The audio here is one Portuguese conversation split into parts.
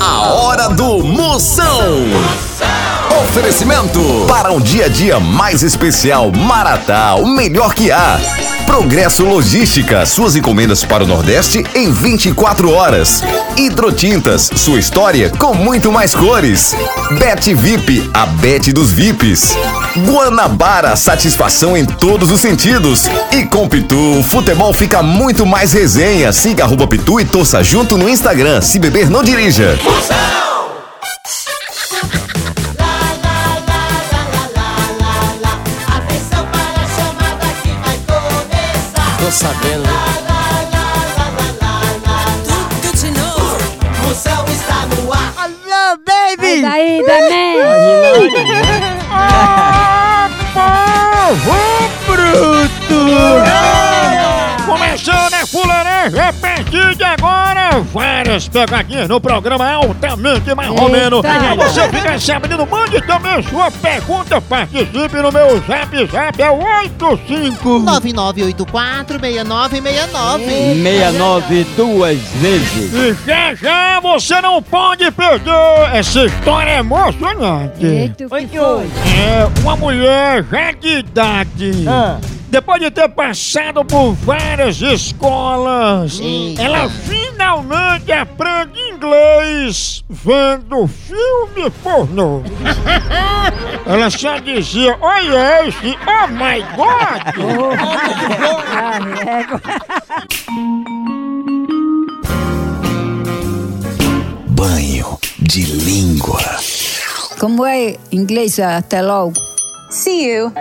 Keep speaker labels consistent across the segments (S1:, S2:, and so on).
S1: A hora do Moção. Oferecimento para um dia a dia mais especial. Maratá, o melhor que há. Progresso Logística, suas encomendas para o Nordeste em 24 horas. Hidrotintas, sua história com muito mais cores. Bet VIP, a Bet dos VIPs. Guanabara, satisfação em todos os sentidos. E com Pitu, o futebol fica muito mais resenha. Siga arroba Pitu e torça junto no Instagram. Se beber, não dirija.
S2: Atenção para a chamada que vai começar.
S3: Tô sabendo, né?
S2: Tudo de novo. Moção está no ar.
S4: Alô, baby!
S5: Daí, também.
S4: Povo bruto!
S3: Começando né, a fulanagem, a partir de agora, várias pegadinhas no programa é altamente marromeno.
S5: Eita.
S3: Você fica sabendo, mande também sua pergunta, participe no meu zap zap, é 85.
S2: 99846969.
S6: 69 duas vezes.
S3: E já já você não pode perder, essa história é emocionante.
S5: Eita, o que foi?
S3: É, uma mulher já de idade. Depois de ter passado por várias escolas, ela finalmente aprende inglês vendo filme pornô. ela só dizia, oh yes, e oh my god.
S1: Banho de língua.
S5: Como é em inglês? Até logo.
S7: See you.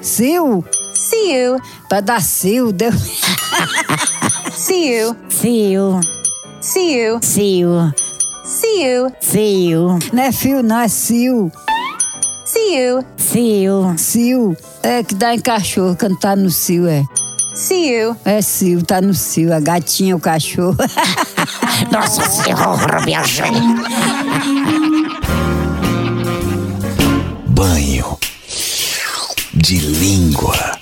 S5: Seu?
S7: See you.
S5: Pra dar seu, deu.
S7: See you.
S5: Fio,
S7: See you.
S5: fio,
S7: See you.
S5: fio. Não é fio, não, é sil.
S7: See you.
S5: Fio. Sil. É que dá em cachorro quando tá no sil, é.
S7: See you.
S5: É sil, tá no sil. A gatinha, o cachorro.
S1: Banho de língua.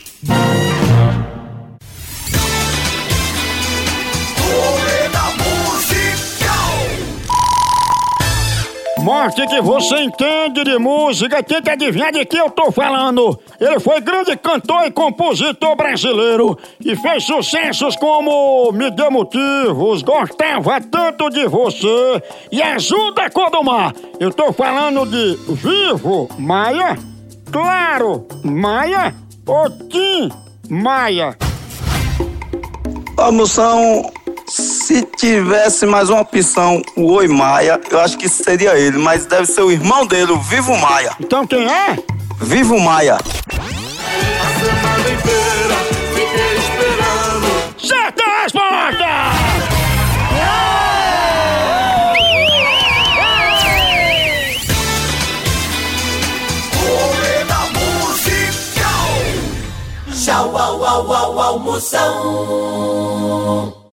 S3: Mostre que você entende de música, tenta adivinhar de que eu tô falando. Ele foi grande cantor e compositor brasileiro e fez sucessos como Me Dê Motivos, Gostava Tanto de Você e Azul da Cor do Mar. Eu tô falando de Vivo Maia, Claro Maia ou Tim Maia.
S8: Ó, moção, se tivesse mais uma opção, o Oi Maia, eu acho que seria ele, mas deve ser o irmão dele, o Vivo Maia.
S3: Então quem é?
S8: Vivo Maia.
S3: Certa resposta!
S2: Tchau, au, au, au, almoção.